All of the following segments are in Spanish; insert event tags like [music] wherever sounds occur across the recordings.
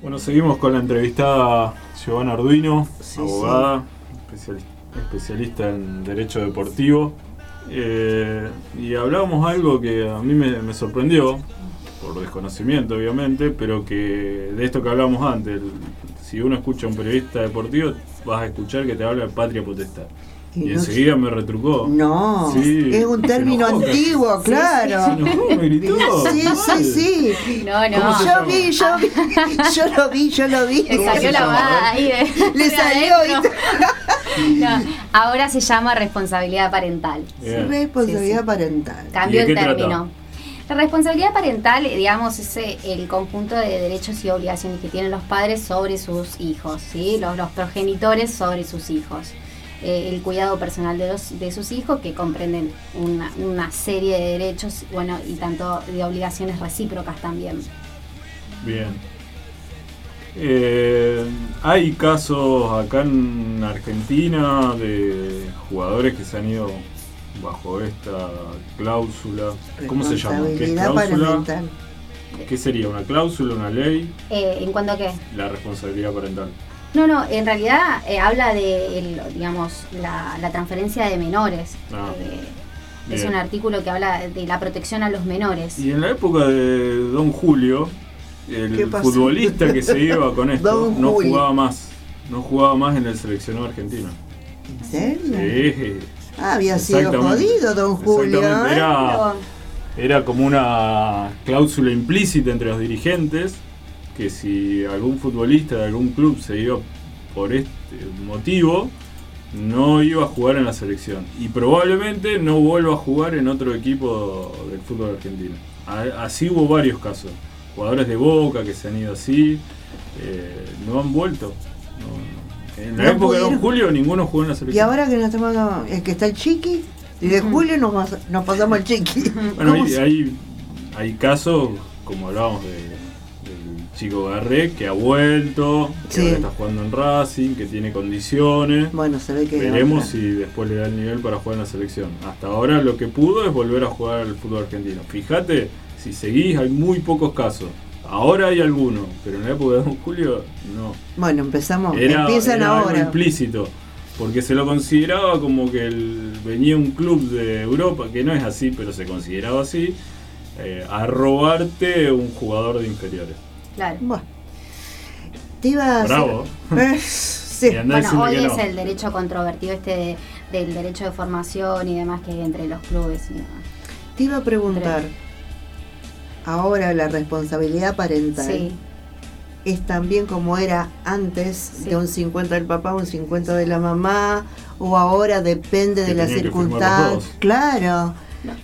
Bueno, seguimos con la entrevistada Giovanna Arduino, Sí, abogada, especiali- especialista en Derecho Deportivo. Eh, y hablábamos algo que a mí me, me sorprendió, por desconocimiento obviamente, pero que de esto que hablábamos antes, el- si uno escucha a un periodista deportivo, vas a escuchar que te habla de patria potestad. Y Y no- enseguida me retrucó. No, Sí, es un se término enojó, casi. antiguo, Se claro. enojó, me gritó. Sí, mal. sí, sí. No, ¿Cómo se Yo no. llama? vi, yo vi, [laughs] yo lo vi, yo lo vi. Le salió la vada ahí de. Le de salió, adentro. [laughs] No, ahora se llama responsabilidad parental. Bien. Responsabilidad Sí, sí. parental. Cambió ¿Y de el qué trata? término. La responsabilidad parental, digamos, es eh, el conjunto de derechos y obligaciones que tienen los padres sobre sus hijos, ¿sí? los, los progenitores sobre sus hijos. Eh, el cuidado personal de, los, de sus hijos, que comprenden una, una serie de derechos bueno, y tanto de obligaciones recíprocas también. Bien. Eh, hay casos acá en Argentina de jugadores que se han ido bajo esta cláusula. ¿Cómo se llama? ¿Qué es Responsabilidad cláusula? parental. ¿Qué sería? ¿Una cláusula, una ley? Eh, ¿En cuanto a qué? La responsabilidad parental. No, no, en realidad eh, habla de, el- digamos, la, la transferencia de menores. Ah, Eh, es bien. un artículo que habla de la protección a los menores. Y en la época de Don Julio, ¿Qué el pasó? futbolista que se iba [laughs] con esto Don no Julio. jugaba más. No jugaba más en el seleccionado argentino. ¿En serio? Sí. Ah, había sido Exactamente. jodido, don Julio. Exactamente, Ah. ¿eh? Era, era como una cláusula implícita entre los dirigentes que si algún futbolista de algún club se iba por este motivo, no iba a jugar en la selección. Y probablemente no vuelva a jugar en otro equipo del fútbol argentino. A- Así hubo varios casos. Jugadores de Boca que se han ido así, eh, no han vuelto. No- En la No época de Don pudieron. Julio ninguno jugó en la Y selección. ahora que nos estamos es que está el chiqui, y de julio nos, pas- nos pasamos el chiqui. Bueno, [laughs] ¿Cómo hay, se- hay, hay casos, como hablábamos de, del chico Garré, que ha vuelto, que Sí. ahora está jugando en Racing, que tiene condiciones. Bueno, se ve que. Veremos si después le da el nivel para jugar en la selección. Hasta ahora lo que pudo es volver a jugar al fútbol argentino. Fíjate, si seguís, hay muy pocos casos. Ahora hay algunos, pero en la época de Don Julio no. Bueno, empezamos. Era, Empiezan era algo ahora. implícito. Porque se lo consideraba como que el- venía un club de Europa, que no es así, pero se consideraba así, eh, a robarte un jugador de inferiores. Claro. Bueno. Te iba a Bravo. [laughs] hacer- [laughs] Eh, sí. Y andá Bueno, diciendo hoy que es no. el derecho controvertido este de- del derecho de formación y demás que hay entre los clubes. y demás. Te iba a preguntar. Ahora la responsabilidad parental Sí, es también como era antes, Sí. de un 50 del papá, un 50 de la mamá, o ahora depende Que de la tenían que firmar los dos. circunstancia. Claro,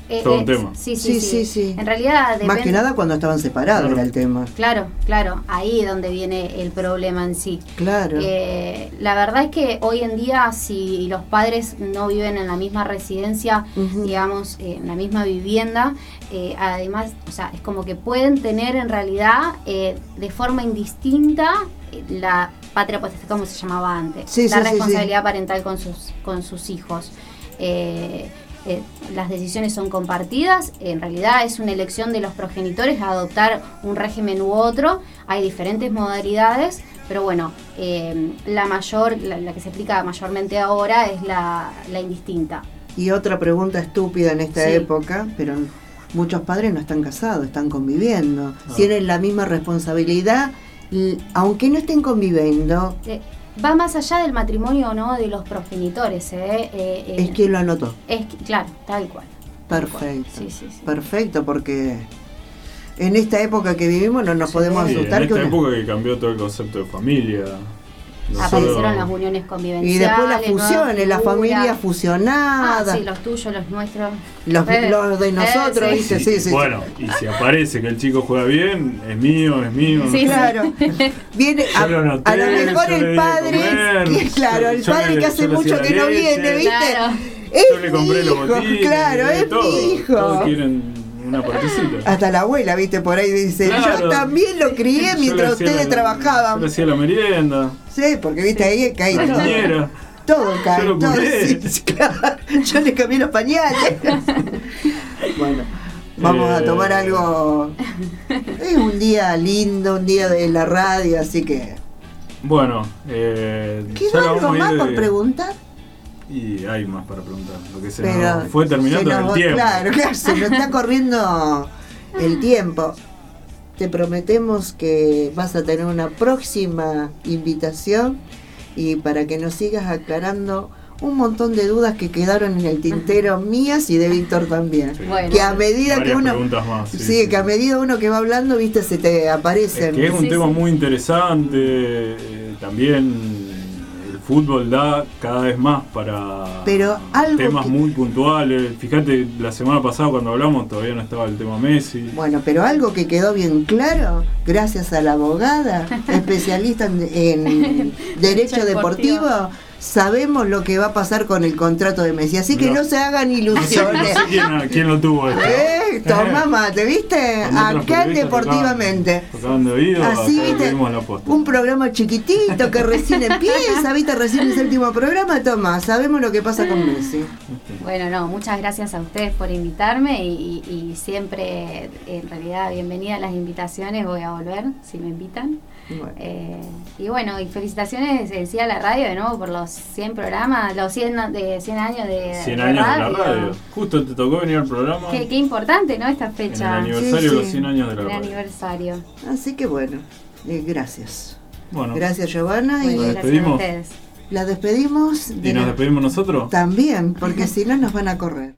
Eh, Todo un eh, tema. Sí, sí, Sí, sí. sí, sí. En realidad más que depende- nada cuando estaban separados Claro. era el tema. Claro, claro, ahí es donde viene el problema en sí. Claro. Eh, la verdad es que hoy en día si los padres no viven en la misma residencia, Ujú. digamos, eh, en la misma vivienda, eh, además, o sea, es como que pueden tener en realidad eh, de forma indistinta eh, la patria potestad, como se llamaba antes, Sí, la sí, sí, responsabilidad parental con sus, con sus hijos. Eh, eh, las decisiones son compartidas, en realidad es una elección de los progenitores a adoptar un régimen u otro, hay diferentes modalidades, pero bueno, eh, la mayor, la, la que se aplica mayormente ahora es la, la indistinta. Y otra pregunta estúpida en esta Sí. época, pero muchos padres no están casados, están conviviendo, Ah. tienen la misma responsabilidad, l- aunque no estén conviviendo, Eh, va más allá del matrimonio o no de los progenitores, ¿eh? Eh, eh, es quien lo anotó. es que- claro, tal cual. tal cual. Perfecto. Sí, sí, sí. Perfecto, porque en esta época que vivimos no nos Sí. podemos Sí, en asustar esta que una- época que cambió todo el concepto de familia. No Aparecieron solo- las uniones convivenciales. y después las nuevas fusiones, las figuras. familias Ah, fusionadas, sí, los tuyos, los nuestros. los, Eh, los de eh, nosotros, sí. ¿viste? Sí, sí, sí. bueno, y si aparece que el chico juega bien, es mío, es mío. Sí, sí. [laughs] Claro. Viene a, Yo lo noté, a lo mejor yo le el di padre, de comer, que- [laughs] claro, el yo- yo padre le- que hace yo le mucho hacía que no leche, viene, ¿viste? Claro. Es Yo le compré mi los hijo, botines, claro, le di es todo. mi Todos hijo. quieren una partecita. Hasta la abuela, viste, por ahí dice, Claro. yo también lo crié Yo le mientras hacía ustedes la- Yo le trabajaban. hacía la merienda, Sí, porque viste ahí cae la todo. niñera. Todo cae, Yo lo todo. curé. [laughs] Sí, sí, claro. Yo le cambié los pañales. [laughs] bueno, Vamos a Eh, tomar algo. Es un día lindo, un día de la radio, así que. Bueno, eh, ¿Qué ya lo algo vamos a más ir por de- preguntar? Y hay más para preguntar. Lo que se Pero nos fue terminando se el nos- tiempo. Claro, claro, se nos está corriendo el tiempo. Te prometemos que vas a tener una próxima invitación y para que nos sigas aclarando un montón de dudas que quedaron en el tintero mías y de Víctor también. Sí. Ah, Bueno. Que a medida que Varias uno preguntas más. Sí, que a medida uno que va hablando, viste, se te Es aparecen. que es un Sí, tema sí. muy interesante. eh, también el fútbol da cada vez más para Pero algo temas que- muy puntuales. Fíjate, la semana pasada cuando hablamos todavía no estaba el tema Messi. Bueno, pero algo que quedó bien claro, gracias a la [laughs] abogada, especialista en, en derecho Derecho deportivo. deportivo, sabemos lo que va a pasar con el contrato de Messi. Así que No. no, se hagan No sé, [laughs] no ilusiones. sé quién, quién lo tuvo esto. Eh, Toma mate, ¿viste? Con otros Eh, Acá en periodistas deportivamente. Tocaban, tocaban de oído, Así, acá viste, tuvimos la posta. un programa chiquitito que recién [laughs] empieza, ¿viste? Recién es el último programa, toma, sabemos lo que pasa con Messi. Bueno, no, muchas gracias a ustedes por invitarme y, y- y siempre, en realidad, bienvenida a las invitaciones, voy a volver si me invitan. Bueno. Eh, y bueno, y felicitaciones, eh, sí, a la radio de nuevo por los 100 programas, los 100, de, 100 años de, 100 de años de la radio. Justo te tocó venir al programa Qué, qué importante, ¿no? Esta en el fecha, aniversario Sí, de los sí. 100 años de la el radio. aniversario. Así que bueno, eh, gracias. Bueno, Gracias Giovanna Bueno, y bien. gracias despedimos. a ustedes. la despedimos de ¿y nos la- despedimos nosotros? también, porque si no nos van a correr.